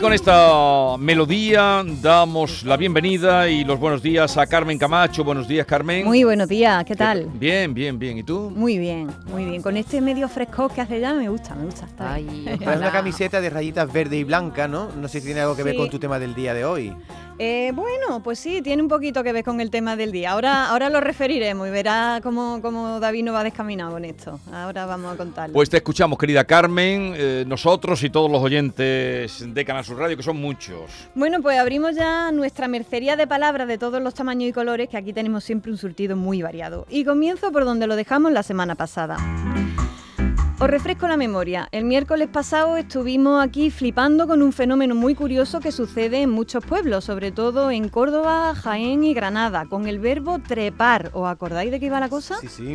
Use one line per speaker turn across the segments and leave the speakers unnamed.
con esta melodía damos la bienvenida y los buenos días a Carmen Camacho. Buenos días, Carmen.
Muy buenos días, ¿qué tal?
Bien, bien, bien. ¿Y tú?
Muy bien, muy bien. Con este medio fresco que hace ya me gusta, me gusta. está bien.
Ay,
Traes una
ojalá.
camiseta de rayitas verde y blanca, ¿no? No sé si tiene algo que ver
Sí.
con tu tema del día de hoy.
Eh, bueno, pues sí, tiene un poquito que ver con el tema del día. Ahora, ahora lo referiremos y verá cómo, cómo David no va descaminado con esto. Ahora vamos a contarlo.
Pues te escuchamos, querida Carmen, eh, nosotros y todos los oyentes de Canal Sur Radio, que son muchos.
Bueno, pues abrimos ya nuestra mercería de palabras de todos los tamaños y colores, que aquí tenemos siempre un surtido muy variado. Y comienzo por donde lo dejamos la semana pasada. Os refresco la memoria. El miércoles pasado estuvimos aquí flipando con un fenómeno muy curioso que sucede en muchos pueblos, sobre todo en Córdoba, Jaén y Granada, con el verbo trepar. ¿Os acordáis de qué iba la cosa?
sí.
Sí,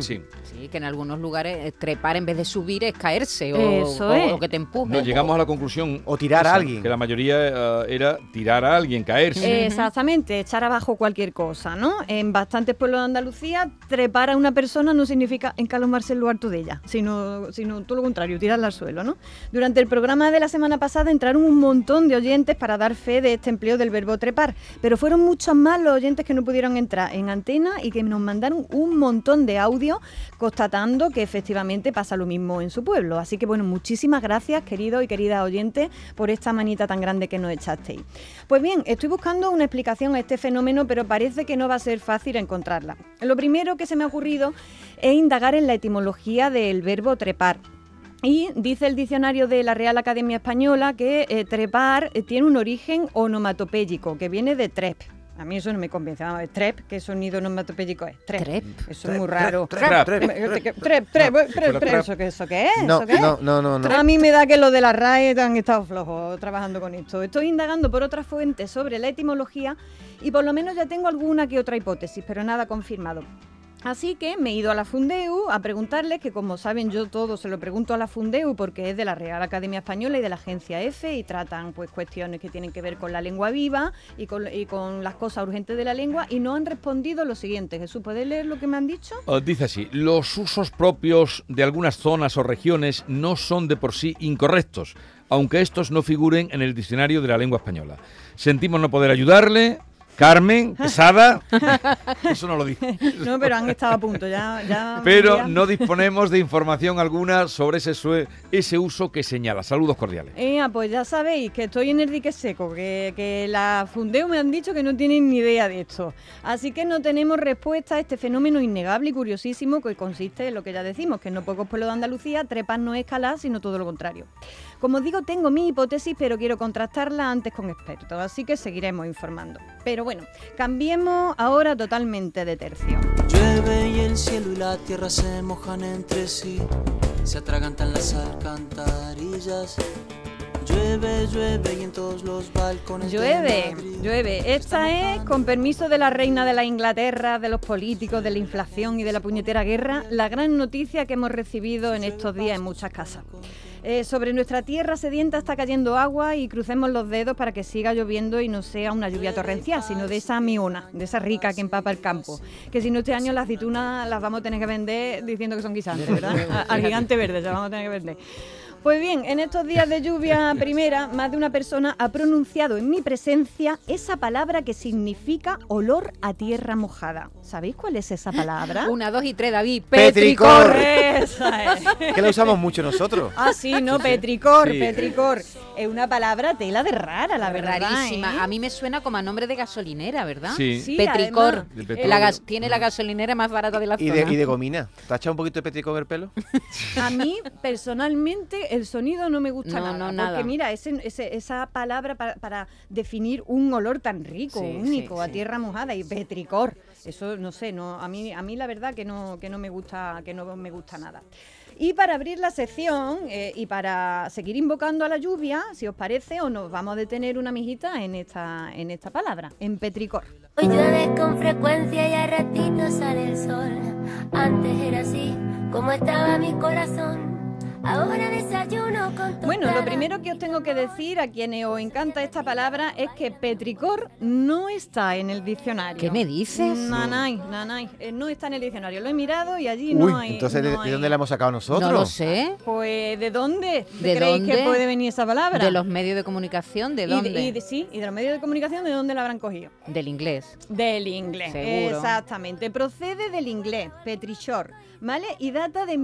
Sí, que en algunos lugares eh, trepar en vez de subir es caerse o,
Eso
o-
es.
o que te empujen.
nos llegamos a la conclusión.
O tirar a alguien.
Que la mayoría eh, era tirar a alguien, caerse.
Exactamente, echar abajo cualquier cosa, ¿no? En bastantes pueblos de Andalucía, trepar a una persona no significa encalomarse el lugar tú de ella, sino, sino todo lo contrario, tirarla al suelo, ¿no? Durante el programa de la semana pasada entraron un montón de oyentes para dar fe de este empleo del verbo trepar, pero fueron muchos más los oyentes que no pudieron entrar en antena y que nos mandaron un montón de audio constatando que efectivamente pasa lo mismo en su pueblo. Así que bueno, muchísimas gracias, querido y querida oyente, por esta manita tan grande que nos echasteis. Pues bien, estoy buscando una explicación a este fenómeno, pero parece que no va a ser fácil encontrarla. Lo primero que se me ha ocurrido es indagar en la etimología del verbo trepar. Y dice el diccionario de la Real Academia Española que eh, trepar eh, tiene un origen onomatopéyico, que viene de trep. A mí eso no me convence. Vamos a ver, trep, ¿qué sonido onomatopéyico es? Trep.
Trep.
Eso es muy raro.
Trep,
Trap.
trep,
Eh,
trep,
que- Trep,
trep.
trep, eh, trep,
fuera
trep,
trap.
¿Eso qué eso qué es?
No,
¿Eso qué es?
no, no, no, no.
A mí me da que los de la RAE han estado flojos trabajando con esto. Estoy indagando por otras fuentes sobre la etimología y por lo menos ya tengo alguna que otra hipótesis, pero nada confirmado. Así que me he ido a la Fundeu a preguntarles, que como saben yo todo se lo pregunto a la Fundeu porque es de la Real Academia Española y de la Agencia EFE y tratan pues cuestiones que tienen que ver con la lengua viva y con, y con las cosas urgentes de la lengua y no han respondido lo siguiente. Jesús, ¿puedes leer lo que me han dicho?
Eh, Dice así, los usos propios de algunas zonas o regiones no son de por sí incorrectos, aunque estos no figuren en el diccionario de la lengua española. Sentimos no poder ayudarle. Carmen, pesada, eso no lo dice.
No, pero han estado a punto, ya... ya
Pero
ya-
no disponemos de información alguna sobre ese, sue- ese uso que señala. Saludos cordiales.
Eh, pues ya sabéis que estoy en el dique seco, que, que la Fundeo me han dicho que no tienen ni idea de esto. Así que no tenemos respuesta a este fenómeno innegable y curiosísimo que consiste en lo que ya decimos, que en no pocos pueblos de Andalucía trepas no es escalar, sino todo lo contrario. Como os digo, tengo mi hipótesis, pero quiero contrastarla antes con expertos, así que seguiremos informando. Pero bueno, cambiemos ahora totalmente de tercio.
Llueve y el cielo y la tierra se mojan entre sí, se atragantan las alcantarillas. Llueve, llueve y en todos los balcones. de
Llueve,
Madrid
llueve. Esta es, con permiso de la reina de la Inglaterra, de los políticos, de la inflación y de la puñetera guerra, la gran noticia que hemos recibido en estos días en muchas casas. Eh, sobre nuestra tierra sedienta está cayendo agua y crucemos los dedos para que siga lloviendo y no sea una lluvia torrencial, sino de esa miona, de esa rica que empapa el campo. Que si no este año las aceitunas las vamos a tener que vender diciendo que son guisantes, ¿verdad? A- Al gigante verde se las vamos a tener que vender. Pues bien, en estos días de lluvia primera, más de una persona ha pronunciado en mi presencia esa palabra que significa olor a tierra mojada. ¿Sabéis cuál es esa palabra?
Una, dos y tres, David.
Petricor.
Petricor.
Esa es.
Que la usamos mucho nosotros.
Ah, sí, no, petricor,
Sí.
petricor. Es una palabra tela de rara, la verdad.
Rarísima.
¿eh?
A mí me suena como a nombre de gasolinera, ¿verdad?
Sí.
Sí, además.
Petricor.
Eh,
De
La
petróleo.
gas- tiene la gasolinera más barata de la
Y
zona.
de, y de gomina. ¿Te has echado un poquito de petricor en el pelo?
A mí, personalmente, el sonido no me gusta
No,
nada.
no, nada.
Porque mira, ese- ese- esa palabra pa- para, definir un olor tan rico,
Sí,
único,
sí,
a
sí.
tierra mojada y petricor. Eso, no sé, no, a mí, a mí la verdad que no, que no me gusta, que no me gusta nada. Y para abrir la sección eh, y para seguir invocando a la lluvia, si os parece, o nos vamos a detener una mijita en esta, en esta palabra, en petricor.
Hoy llueve con frecuencia y a ratito sale el sol. Antes era así, como estaba mi corazón. Ahora desayuno con tu
Bueno, lo
cara.
primero que os tengo que decir a quienes os encanta esta palabra es que petricor no está en el diccionario.
¿Qué me dices?
Nanay, nanay, eh, no está en el diccionario. Lo he mirado y allí
Uy,
no hay.
entonces, ¿de,
no
de
hay.
dónde la hemos sacado nosotros?
No lo sé.
Pues, ¿de dónde
¿De
creéis que
dónde?
puede venir esa palabra?
De los medios de comunicación, ¿de
Y de-
dónde?
y de- sí, y de los medios de comunicación, ¿de dónde la habrán cogido?
Del inglés.
Del inglés.
Seguro.
Exactamente. Procede del inglés, Petrichor, ¿vale? Y data de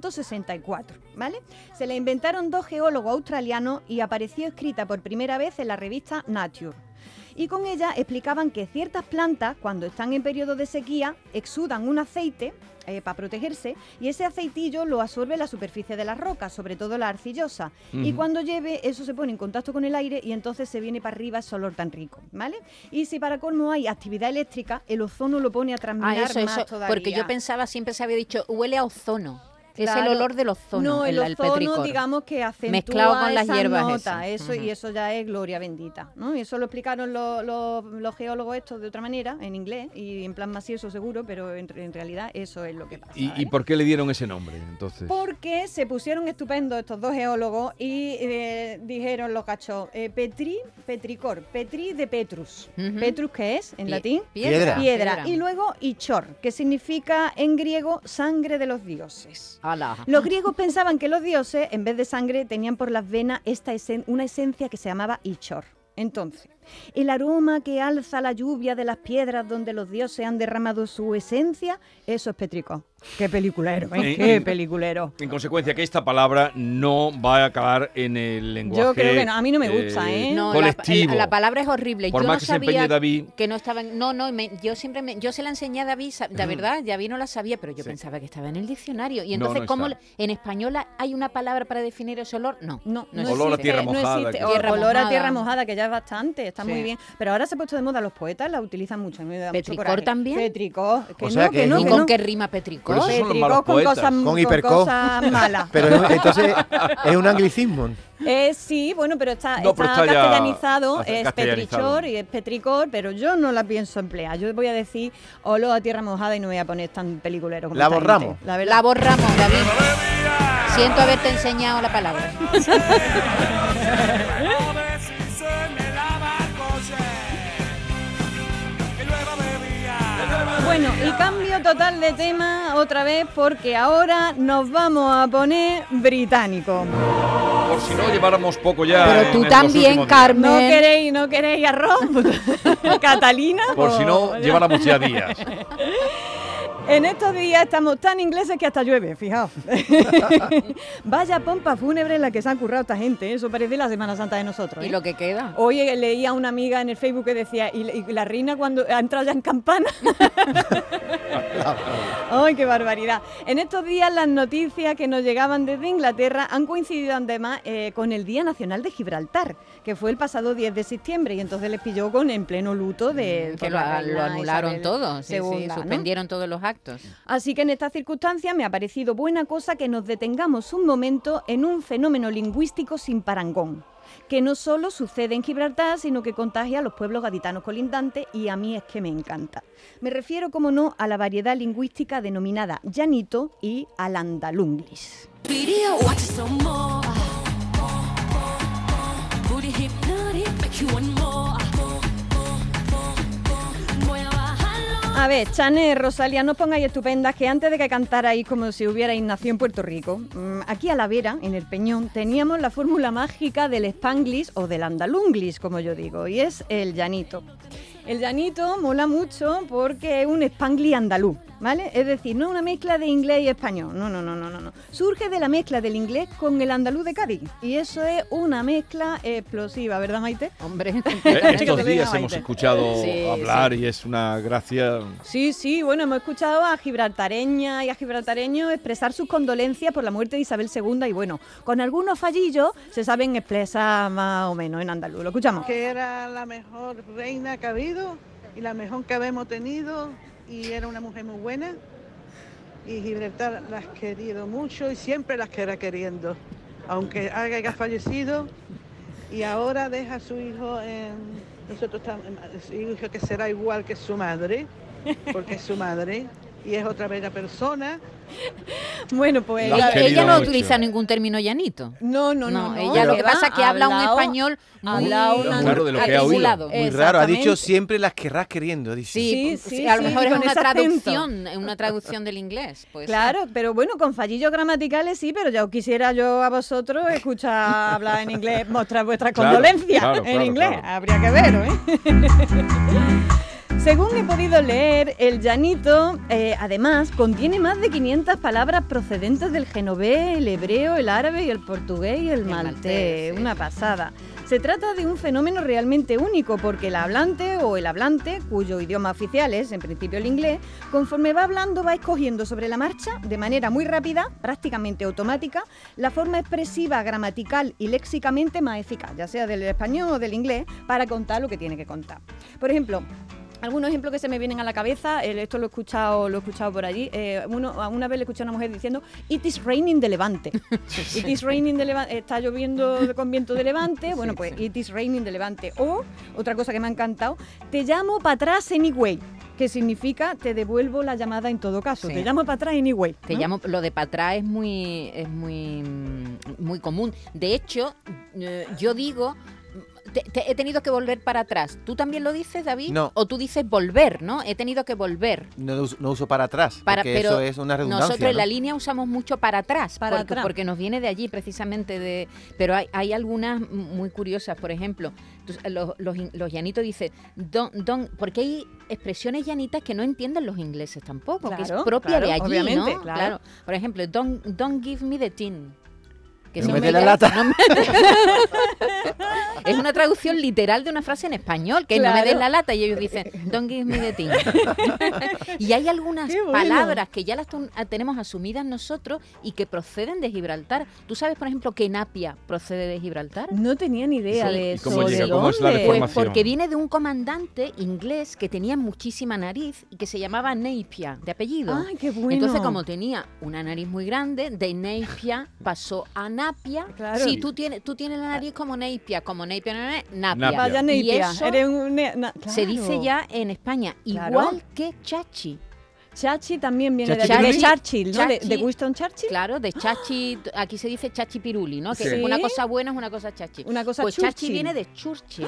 1964, ¿vale? Se la inventaron dos geólogos australianos y apareció escrita por primera vez en la revista Nature. Y con ella explicaban que ciertas plantas, cuando están en periodo de sequía, exudan un aceite para protegerse y ese aceitillo lo absorbe la superficie de las rocas, sobre todo la arcillosa. Y
Ujú.
cuando lleve, eso se pone en contacto con el aire y entonces se viene para arriba ese olor tan rico, ¿vale? Y si para colmo hay actividad eléctrica, el ozono lo pone a
Ah,
transmitir
eso,
más
eso.
todavía.
Porque yo pensaba, siempre se había dicho, huele a ozono. que Es el
Claro.
olor del ozono.
No, el, ozono,
petricor.
digamos que acentúa
Mezclado con las
esa
hierbas
nota,
esas.
eso,
Ujú.
y eso ya es gloria bendita, ¿no? Y eso lo explicaron los, los- los geólogos estos de otra manera, en inglés, y en plan más y eso seguro, pero en, en realidad eso es lo que pasa.
¿Y, y
¿vale?
por qué le dieron ese nombre entonces?
Porque se pusieron estupendos estos dos geólogos y eh, dijeron los cachos, eh, Petri, Petricor, Petri de Petrus.
Ujú.
Petrus, ¿qué es en
Pie-
latín?
Piedra.
Piedra. Y luego Ichor, que significa en griego sangre de los dioses.
Ala.
Los griegos pensaban que los dioses, en vez de sangre, tenían por las venas esta esen- una esencia que se llamaba ichor. Entonces, el aroma que alza la lluvia de las piedras donde los dioses han derramado su esencia, eso es pétrico. Qué peliculero, ¿eh?
Eh,
qué
eh,
peliculero.
En consecuencia, que esta palabra no va a acabar en el lenguaje.
Yo creo que no, a mí no me gusta, ¿eh?
No, la-
colectivo.
La, palabra es horrible.
Por
yo
más
no
que se
sabía
empeñe David.
que no estaba. en- No, no, me- yo siempre me- yo se la enseñé a David, sa- la verdad, David no la sabía, pero yo
Sí.
pensaba que estaba en el diccionario. Y
No,
entonces,
no
¿cómo
está.
le- en española hay una palabra para definir ese olor? No.
No, no,
Olor a
existe,
tierra
no
mojada,
existe.
que-
O-
Tierra
olor a
mojada.
tierra mojada, que ya es bastante, está
Sí.
muy bien. Pero ahora se ha puesto de moda los poetas, la utilizan mucho. a mí me da mucho
¿Petricor
coraje.
también?
Petricor, que
O sea
no, que,
que-
no,
¿Y
que
con
no.
qué rima petricor?
Pero eso- Esos son los malos
Petricor con
poetas.
cosas,
Con
con
hiperco.
cosas malas.
Pero es un- entonces es un anglicismo.
Eh, sí, bueno, pero está,
No,
está
pero está ya
castellanizado,
hace-
es
castellanizado.
petrichor y es petricor, pero yo no la pienso emplear. Yo voy a decir olor a tierra mojada y no voy a poner tan peliculero como
La
esta gente.
borramos.
La verdad.
Eh, La borramos, David. Siento haberte enseñado la palabra.
Bueno, y cambio total de tema otra vez porque ahora nos vamos a poner británico.
Por si no lleváramos poco ya.
Pero
en
tú
estos
también,
últimos días.
Carmen.
No queréis, no queréis arroz, Catalina.
Por si no
pues-
lleváramos ya días.
En estos días estamos tan ingleses que hasta llueve, fijaos. Vaya pompa fúnebre la que se han currado esta gente, ¿eh? eso parece la Semana Santa de nosotros.
¿Y
¿eh?
lo que queda?
Hoy eh, leía a una amiga en el Facebook que decía, ¿y, y la reina cuando ha entrado ya en campana? ¡Ay, qué barbaridad! En estos días las noticias que nos llegaban desde Inglaterra han coincidido además eh, con el Día Nacional de Gibraltar, que fue el pasado 10 de septiembre y entonces les pilló con en pleno luto de...
Mm, Que
por
lo,
la
lo
reina
anularon
Isabel
todo, sí, sí,
II, ¿no?
suspendieron todos los actos.
Así que en estas circunstancias me ha parecido buena cosa que nos detengamos un momento en un fenómeno lingüístico sin parangón, que no solo sucede en Gibraltar, sino que contagia a los pueblos gaditanos colindantes y a mí es que me encanta. Me refiero, como no, a la variedad lingüística denominada llanito y al andalunglis.
Video, watch it some more. Booty hypnotic, make you want more. Voy a bajarlo.
A ver, Chané, Rosalía, no os pongáis estupendas que antes de que cantarais como si hubierais nacido en Puerto Rico, mm, aquí a la vera, en el Peñón, teníamos la fórmula mágica del Spanglish o del Andalunglis, como yo digo, y es el llanito. El llanito mola mucho porque es un Spanglish andaluz, ¿vale? Es decir, no una mezcla de inglés y español, no, no, no, no, no. no. Surge de la mezcla del inglés con el andaluz de Cádiz, y eso es una mezcla explosiva, ¿verdad, Maite?
Hombre,
Eh,
Que te
Estos
venga
días hemos
Maite.
escuchado
Sí,
hablar y es una gracia.
Sí, sí, bueno, hemos escuchado a gibraltareñas y a gibraltareños expresar sus condolencias por la muerte de Isabel II y bueno, con algunos fallillos se saben expresar más o menos en andaluz. Lo escuchamos.
que era la mejor reina que ha habido y la mejor que habemos tenido y era una mujer muy buena y Gibraltar la has querido mucho y siempre las querrá queriendo, aunque haya fallecido y ahora deja a su hijo en... Nosotros estamos, su hijo que será igual que su madre, porque es su madre, y es otra bella persona.
Bueno, pues...
La has
Ella,
querido
ella no
mucho.
utiliza ningún término llanito.
No, no, no.
No,
no,
ella lo que
va,
pasa es que habla un
hablao,
español muy
hablao una-
Claro, de lo que ha oído.
articulado.
Eh,
Muy raro, ha dicho
Exactamente.
siempre las querrás queriendo, dice.
Sí,
Sí,
sí,
sí,
a lo
sí,
mejor es
con
una
ese acento.
traducción, es una traducción del inglés. pues. puede ser.
Claro, pero bueno, con fallillos gramaticales sí, pero ya os quisiera yo a vosotros escuchar hablar en inglés, mostrar vuestras
Claro,
condolencias
claro,
en
claro,
inglés.
claro.
Habría que verlo, ¿eh? Según he podido leer, el llanito, eh, además, contiene más de 500 palabras procedentes del genovés, el hebreo, el árabe y el portugués y el, maltés.
maltés, sí.
Una pasada. Se trata de un fenómeno realmente único porque el hablante o el hablante, cuyo idioma oficial es en principio el inglés, conforme va hablando va escogiendo sobre la marcha, de manera muy rápida, prácticamente automática, la forma expresiva, gramatical y léxicamente más eficaz, ya sea del español o del inglés, para contar lo que tiene que contar. Por ejemplo, algunos ejemplos que se me vienen a la cabeza, eh, esto lo he escuchado, lo he escuchado por allí. eh, uno, a una vez le escuché a una mujer diciendo It is raining de Levante. it is raining de Levante, está lloviendo de- con viento de Levante. Bueno,
Sí,
pues
sí.
It is raining de Levante. O otra cosa que me ha encantado, te llamo para atrás anyway, que significa te devuelvo la llamada en todo caso.
Sí.
Te llamo para atrás anyway.
Te
¿no?
llamo, lo de para atrás es muy, es muy, mm, muy común. De hecho, eh, yo digo, te- te- he tenido que volver para atrás. ¿Tú también lo dices, David?
No.
O tú dices volver, ¿no? He tenido que volver.
No, uso- no uso para atrás,
Para,
porque
pero
eso es una redundancia.
nosotros en
¿no?
la línea usamos mucho para atrás,
Para
porque,
atrás.
porque nos viene de allí precisamente de. Pero hay, hay algunas muy curiosas, por ejemplo, tus- los, los, in- los llanitos dicen don, don, porque hay expresiones llanitas que no entienden los ingleses tampoco, que es
Claro,
propia de
claro,
allí, ¿no?
obviamente, claro.
Por ejemplo, don't, don't give me the tin. Que
No me dé
significa-
la lata.
no me- es una traducción literal de una frase en español, que es no me
Claro.
des la lata y ellos dicen, don't give me the tin. y hay algunas
Qué bueno.
palabras que ya las ton- a- tenemos asumidas nosotros y que proceden de Gibraltar. ¿Tú sabes, por ejemplo, que napia procede de Gibraltar?
No tenía ni idea
Sí.
de
¿Y
eso.
cómo llega?
¿de
¿Cómo es la
dónde?
deformación?
Pues porque viene de un comandante inglés que tenía muchísima nariz y que se llamaba Napier, de apellido.
Ay, qué bueno.
Entonces, como tenía una nariz muy grande, de Napier pasó a Napia.
Claro.
Sí, tú tienes, tú tienes la nariz como Napier, como Napier, na- na- Napia.
Napia.
Vaya
Y
Napier,
eso
eres un ne- na-
se
claro.
dice ya en España,
Claro.
igual que chachi.
Chachi también viene
Chachi
de, allí, de
Piruli.
Churchill, ¿no? De-
Chachi.
de Winston Churchill.
Claro, de chachi, aquí se dice chachi piruli, ¿no? Que
Sí.
una cosa buena es una cosa chachi.
Una cosa
pues chachi
Churchill.
viene de Churchill,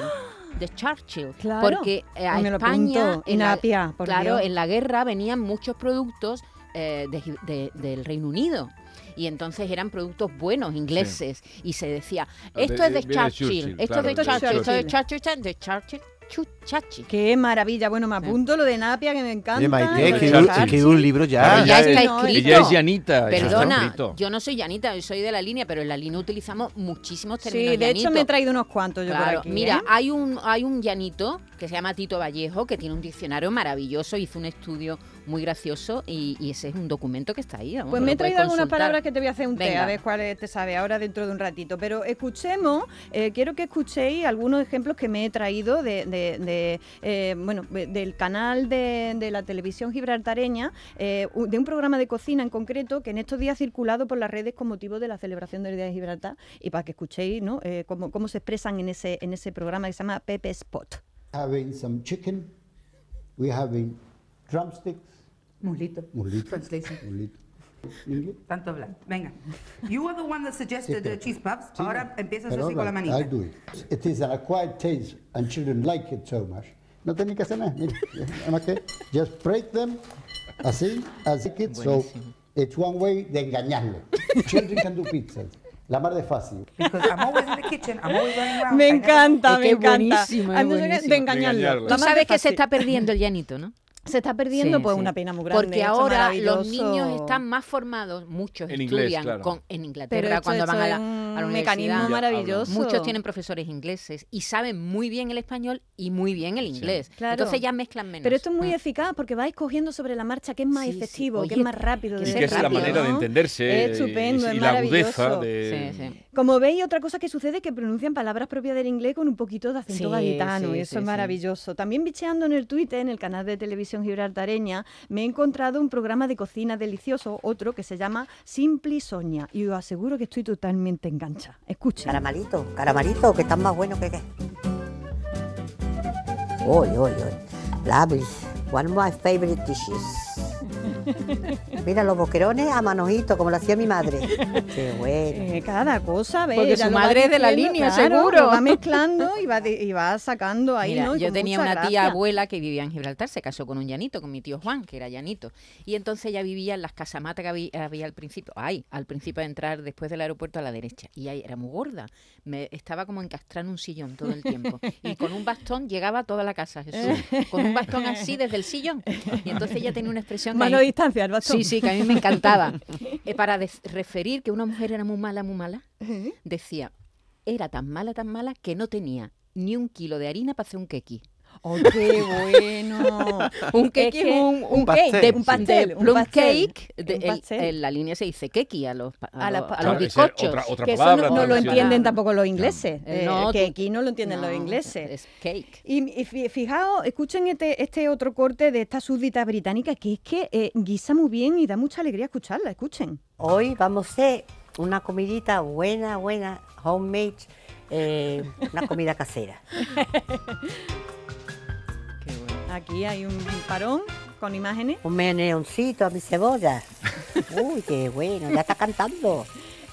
de Churchill.
Claro.
Porque eh, a
Me lo
España,
apunto. Y Napia, por
claro,
Dios.
en la guerra venían muchos productos eh, de Gi- de- del Reino Unido. Y entonces eran productos buenos, ingleses. Y se decía,
De-
esto es
de-
de
viene de
Churchill,
Churchill,
esto es de
claro,
de
Churchill, esto es de
Churchill.
Churchill, de Churchill, chu- chachi.
Qué maravilla. Bueno, me apunto lo de Napia, que me encanta.
Oye, Maite,
lo de
escribe,
Churchill.
escribe un libro ya.
Claro,
ya
ella
está
es-
escrito.
Ella es llanita. ella está
Perdona,
escrito.
yo no soy llanita, yo soy de la línea, pero en la línea utilizamos muchísimos términos
Sí, de hecho
llanitos.
me he traído unos cuantos yo por
Claro,
aquí.
mira,
¿eh?
hay un hay un llanito que se llama Tito Vallejo que tiene un diccionario maravilloso, hizo un estudio muy gracioso y, y ese es un documento que está ahí. vamos,
Pues
que
me
lo
he
puedes
traído algunas
consultar.
palabras que te voy a hacer un té,
Venga.
a ver cuáles te sabe ahora dentro de un ratito. Pero escuchemos, eh, quiero que escuchéis algunos ejemplos que me he traído de, de- de, eh, bueno, de- del canal de, de la televisión gibraltareña, eh, u- de un programa de cocina en concreto que en estos días ha circulado por las redes con motivo de la celebración del Día de Gibraltar y para que escuchéis ¿no? eh, cómo, cómo se expresan en ese, en ese programa que se llama Pepe Spot.
having some chicken, we're having drumsticks,
Mulito.
Mulito.
Translation.
mulito. Indio.
Tanto hablar. Venga. You were the one that suggested the cheese puffs.
Sí,
Ahora empiezas
pero
así con la
alright,
manita.
I'll do it. It is an acquired taste and children like it so much. No tienen que hacer nada. mira, I'm okay. Just break them, así, así que so it's one way de engañarlo. Children can do pizzas. La mar de fácil.
Because I'm always in the kitchen. I'm always running around.
Me
I never-
encanta,
Es que
me
es
encanta.
buenísimo, es
A mí no sé qué-
buenísimo.
De engañarlo.
engañarlo.
La
Tú
más
sabes que se
fácil.
está perdiendo el llanito, ¿no?
Se está perdiendo
Sí,
pues
sí.
una pena muy grande.
Porque
esto
ahora los
maravilloso.
niños están más formados, muchos
En inglés,
estudian
claro.
con, en
Pero
Inglaterra
esto-
cuando
esto
van a
es
la,
un
a la
mecanismo
universidad.
Ya,
maravilloso.
Muchos tienen profesores ingleses y saben muy bien el español y muy bien el inglés.
Claro.
Entonces ya mezclan menos.
Pero esto es muy
Mm.
eficaz porque vais cogiendo sobre la marcha que es más
Sí, sí.
efectivo, que
Oye,
es más rápido.
que
de
Y
Sí,
que es la
rápido,
manera de
¿no?
entenderse.
Es
eh,
estupendo,
y,
es
y la agudeza
maravilloso.
de.
Sí, sí.
Como veis, otra cosa que sucede es que pronuncian palabras propias del inglés con un poquito de acento
Sí,
gaditano,
sí,
y eso
sí,
es
sí.
maravilloso. También bicheando en el Twitter, en el canal de televisión gibraltareña, me he encontrado un programa de cocina delicioso, otro que se llama Simply Soña, y os aseguro que estoy totalmente engancha. Escucha.
Caramelito, caramelito, que están más buenos que qué. Oy, oy, oy. Lovely. One of my favorite dishes. Mira, los boquerones a manojito, como lo hacía mi madre. Qué bueno.
Eh, cada cosa, ¿ves?
Porque
Ella
su
lo va
madre es de la
diciendo,
línea,
claro,
seguro.
lo va mezclando y va, de- y va sacando ahí,
Mira,
¿no? Y
yo
con
tenía
mucha
una tía
gracia.
abuela que vivía en Gibraltar, se casó con un llanito, con mi tío Juan, que era llanito. Y entonces ella vivía en las casamatas que había, había al principio, ay, al principio de entrar después del aeropuerto a la derecha. Y ahí era muy gorda, me estaba como encastrada en un sillón todo el tiempo. Y con un bastón llegaba a toda la casa, Jesús. Con un bastón así desde el sillón. Y entonces ella tenía una expresión... que a
Mano
mí-
de distancia, el bastón.
Sí, sí, que a mí me encantaba. Eh, para des- referir que una mujer era muy mala, muy mala, decía, era tan mala, tan mala que no tenía ni un kilo de harina para hacer un quequi.
¡Oh, qué bueno!
Un queque es
que-
un, un
pastel.
cake, de,
Un pastel,
de
un
plum
pastel,
cake. de-
un
el-
pastel.
en la línea se dice quequi a los, pa- a
A la
los-
pa-
a
Claro,
los
esa es
bizcochos.
otra- otra
que eso
palabra
no, no lo
también.
entienden tampoco los ingleses.
Eh,
eh,
no,
que
tú-
aquí no lo entienden los
no,
ingleses.
Es cake.
Y, y fi- fijaos, escuchen este, este otro corte de esta súbdita británica que es que eh, guisa muy bien y da mucha alegría escucharla, escuchen.
Hoy vamos a hacer una comidita buena, buena, homemade, eh, una comida casera.
Aquí hay un parón con imágenes.
Un meneoncito a mi cebolla. Uy, qué bueno, ya está cantando.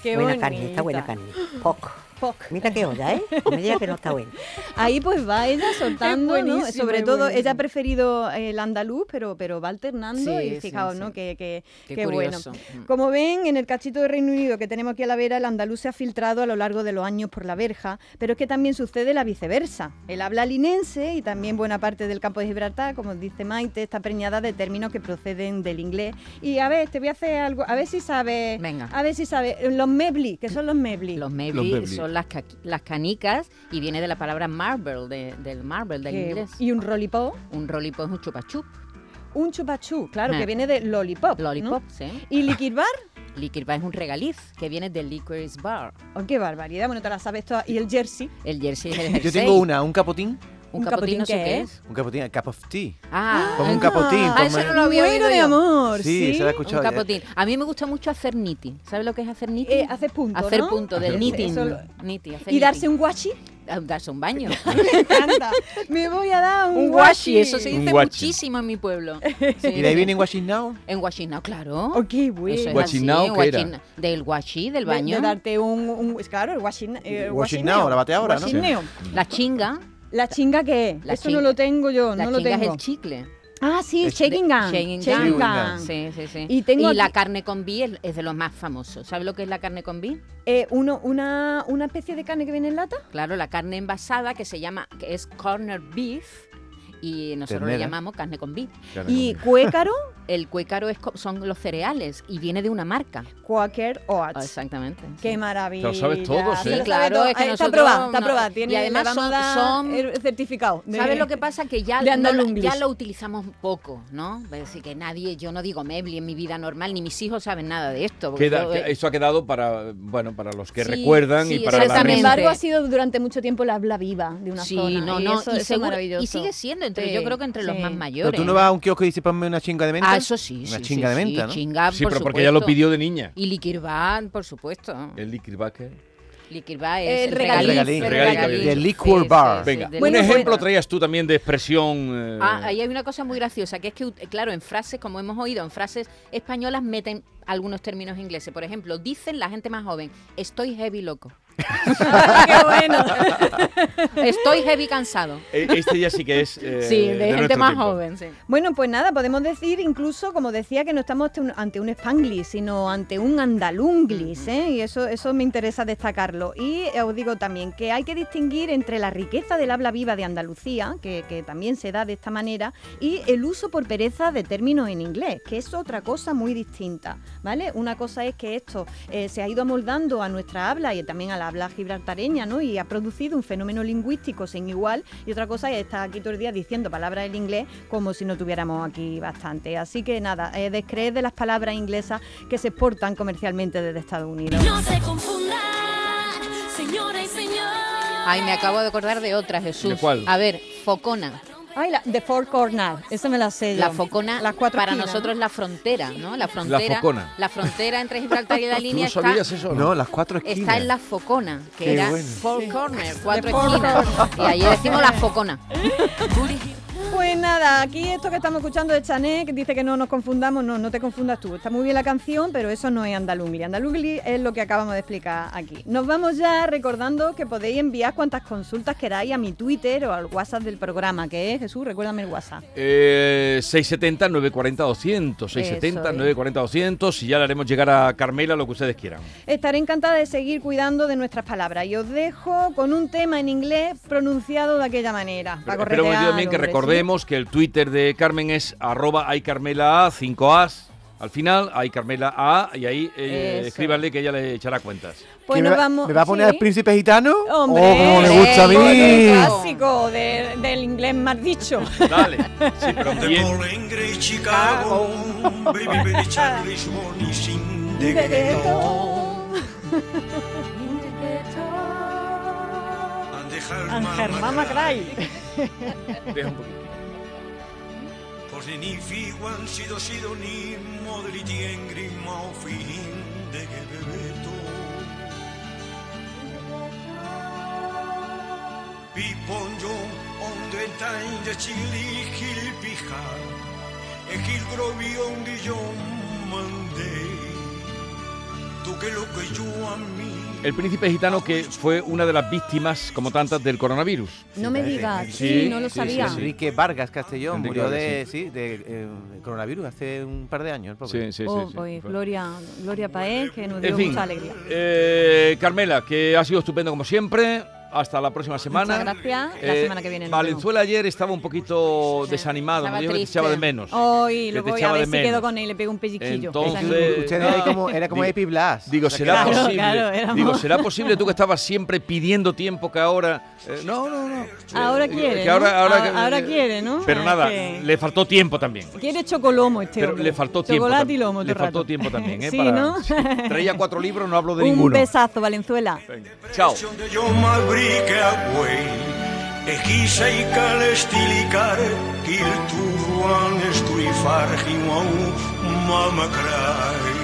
Qué
buena carne, está buena carne.
bonita.
Poc. Mira qué olla, ¿eh? No me digas que no está buena.
Ahí pues va ella soltando,
Es
¿no?
buenísimo,
Sobre
es
todo,
buenísimo.
ella ha preferido el andaluz, pero, pero va alternando
Sí,
y fijaos,
sí,
¿no?
sí.
Que, que-
Qué
que bueno.
curioso. Mm.
Como ven, en el cachito de Reino Unido que tenemos aquí a la vera, el andaluz se ha filtrado a lo largo de los años por la verja, pero es que también sucede la viceversa. El habla linense y también buena parte del campo de Gibraltar, como dice Maite, está preñada de términos que proceden del inglés. Y a ver, te voy a hacer algo, a ver si sabes,
Venga.
a ver si sabes, los mebli, que son los mebli.
Los maybe
Los maybe.
son las, ca- las canicas y viene de la palabra marble, de- del marble, del
Que-
inglés.
Y un rolipó.
Un rolipo es un chupachup,
Un chupachú, claro,
Ah.
que viene de lollipop. ¿no?
lollipop, ¿sí?
¿Y liquid bar?
Liquirba es un regaliz, que viene del licorice bar.
Oh, ¡Qué barbaridad! Bueno, te la sabes toda. ¿Y el jersey?
El jersey es el
Yo
jersey.
tengo una, un capotín.
Un,
¿Un
capotín, no sé
capotín qué
qué
es?
es.
Un capotín, a cup of tea.
Ah,
Como un capotín.
Ah, eso
como-
no lo había
Bueno,
oído
mi
yo.
amor,
Sí,
sí.
se lo he
Un
escuchado. eh,
capotín. A mí me gusta mucho hacer knitting. ¿Sabes lo que es hacer knitting?
Eh, haces punto,
Hacer
¿no?
punto, del
Eso-
knitting.
eso-
Knitting, hacer
¿Y darse
knitting.
un guachi?
Ah, darse un baño.
Me encanta. Me voy a dar un,
un guachi, eso se
Un
dice
guachi.
muchísimo en mi pueblo.
Y de ahí viene en Washington Now.
En Guachinao, claro.
Oh, qué bueno.
Eso es
Guachinao,
así,
¿qué era?
guachin- Del guachi, del
De- de
baño.
darte un, un- Claro, el guachin, eh,
Guachinao,
guachineo.
la bateadora, ¿no?
Guachineo.
La chinga.
¿La chinga qué es?
La
eso
chinga.
no lo tengo yo,
La
no lo
chinga es
tengo.
el chicle.
ah, sí, el
Es-
shaking gun.
Shaking
shaking
gun.
gun.
Sí, sí, sí.
Y tengo
la
aquí-
carne con bi es, es de los más famosos. ¿Sabes lo que es la carne con bi?
Eh, uno, una, ¿Una especie de carne que viene en lata?
Claro, la carne envasada que se llama, que es corner beef. Y nosotros lo
Ternera.
llamamos carne con bi.
Claro,
¿Y
como-
cuécaro?
El cuécaro es co- son los cereales y viene de una marca.
Quaker
Ah,
Oats.
Exactamente.
Qué maravilla.
Te lo sabes todo,
Se
sí.
lo sabe
Claro,
todo.
es que
Ah, Está
nosotros
aprobada, está
no-
aprobada.
y además son- son-
el er, certificado. de-
¿Sabes lo que pasa? Que ya,
de
no lo-
Andalunglis.
ya lo utilizamos poco, ¿no? Es decir, que nadie, yo no digo mebli en mi vida normal, ni mis hijos saben nada de esto. porque
Queda-
yo,
que-
eh,
eso ha quedado para bueno para los que
Sí,
recuerdan
sí,
y para la
Sin
exactamente.
risa.
embargo, ha sido durante mucho tiempo la habla viva de una
sí,
zona.
no,
y
no,
eso,
y,
eso es
seguro-
maravilloso.
y sigue siendo, entre,
Sí,
yo creo que entre los
sí.
más
Pero
mayores.
tú no vas a un kiosco y dices, ponme una chinga de menta.
Ah, eso sí,
Una
sí,
chinga
sí,
de menta,
sí,
¿no?
chinga,
Sí,
por
pero porque ella lo
supuesto.
pidió de niña.
Y Likirban, por supuesto.
El liquid bucket.
Likirban
Eh,
es el
regaliz,
regaliz.
el regaliz.
The liquor bar.
Venga,
del-
un
Bueno,
ejemplo
bueno.
traías tú también de expresión. eh,
Ah, ahí hay una cosa muy graciosa, que es que, ut- claro, en frases, como hemos oído, en frases españolas meten algunos términos ingleses. Por ejemplo, dicen la gente más joven, estoy heavy loco.
¡Qué bueno!
Estoy heavy cansado.
eh, Este ya sí que es. eh,
Sí, de, gente
nuestro
más
tiempo.
joven, sí.
Bueno, pues nada, podemos decir incluso, como decía, que no estamos ante un, ante un Spanglish, sino ante un andalunglis, ¿eh? y eso, eso me interesa destacarlo. Y eh, os digo también que hay que distinguir entre la riqueza del habla viva de Andalucía, que, que también se da de esta manera, y el uso por pereza de términos en inglés, que es otra cosa muy distinta, ¿vale? Una cosa es que esto eh, se ha ido amoldando a nuestra habla y también a la habla gibraltareña, ¿no? Y ha producido un fenómeno lingüístico sin igual, y otra cosa es estar aquí todo el día diciendo palabras en inglés como si no tuviéramos aquí bastante. Así que nada, eh, descreed de las palabras inglesas que se exportan comercialmente desde Estados Unidos.
No se confundan, señora y señor.
Ay, me acabo de acordar de otra, Jesús.
¿De cuál?
A ver, focona.
Ay, la de Four Corners, esa me la sé yo.
La focona,
Las cuatro
para
esquinas,
nosotros es la frontera, ¿no? La frontera,
focona.
la frontera entre Gibraltar y la
¿Tú
línea
no
está,
sabías eso?
No, las cuatro esquinas.
está en la focona, que
Qué
era
bueno.
four corner, cuatro
The four
esquinas. Y ahí decimos la focona.
Pues nada, aquí esto que estamos escuchando de Chanek dice que no nos confundamos, no, no te confundas tú. Está muy bien la canción, pero eso no es Andalungli. Andalungli es lo que acabamos de explicar aquí. Nos vamos ya recordando que podéis enviar cuantas consultas queráis a mi Twitter o al WhatsApp del programa, que es Jesús, recuérdame el WhatsApp.
Eh, 670-940-200. 670-940-200. Y ya le haremos llegar a Carmela lo que ustedes quieran.
Estaré encantada de seguir cuidando de nuestras palabras y os dejo con un tema en inglés pronunciado de aquella manera. para
Pero un
corretear
momento también
al
que
hombre, ¿sí?
recordemos que el Twitter de Carmen es arroba hay Carmela A, 5As. Al final hay Carmela A y ahí eh,
Eso.
escríbanle que ella le echará cuentas.
Pues
¿Me
nos
va-
vamos-
¿Me va a poner
sí.
el príncipe gitano?
Hombre,
¡Oh, cómo le gusta a mí!
el clásico de- del inglés más dicho.
Dale, sí, pero
Chicago, baby, baby, Charlie's morning sing the ghetto. And the Herman
Germán Macray.
Deja un poquito.
Cause ni fi wan sido sido ni modri tiengri mao fin de ghetto. People young on the time the chili hill pijar. E hill grovi on the young Monday. Tú que lo que yo a mí.
El príncipe gitano que fue una de las víctimas, como tantas, del coronavirus.
No me digas, sí, no lo sabía.
Enrique Vargas Castellón
Enrique
murió
Vargas,
de, sí, de eh, coronavirus hace un par de años. el pobre.
Oh, pues, Gloria, Gloria Paez, que nos dio
En fin,
mucha alegría.
eh, Carmela, que ha sido estupendo como siempre. Hasta la próxima semana. Eh,
Muchas gracias. La semana que viene nos
Valenzuela ayer estaba un poquito desanimado.
Estaba
me dijo que te
triste. Oh.
echaba de menos.
Hoy
que
lo
te
voy a
echaba
ver
de
si
menos.
quedo con él y le pego un pelliquillo.
Entonces,
Usted era como- era como Epi Blas.
Digo,
O sea,
¿será
claro,
posible?
claro, éramos-
digo, ¿será posible tú que estabas siempre pidiendo tiempo que ahora? eh, no, no, no.
ahora
Eh,
quiere,
que ahora-
¿no?
ahora
Ah,
que-
ahora quiere, ¿no?
Pero
Es
nada,
que-
le faltó tiempo también.
Quiere chocolomo este
Pero
hombre.
le faltó tiempo.
Chocolate y
tam-
lomo todo
Le
el rato.
faltó tiempo también, ¿eh?
Sí,
para-
¿no?
sí. Traía cuatro libros, no hablo de
Un
ninguno.
besazo, Valenzuela.
Chao.
de yo malbrique agüey, egisa y calestilicar, kil turruan estuifar, jimoan mamacray.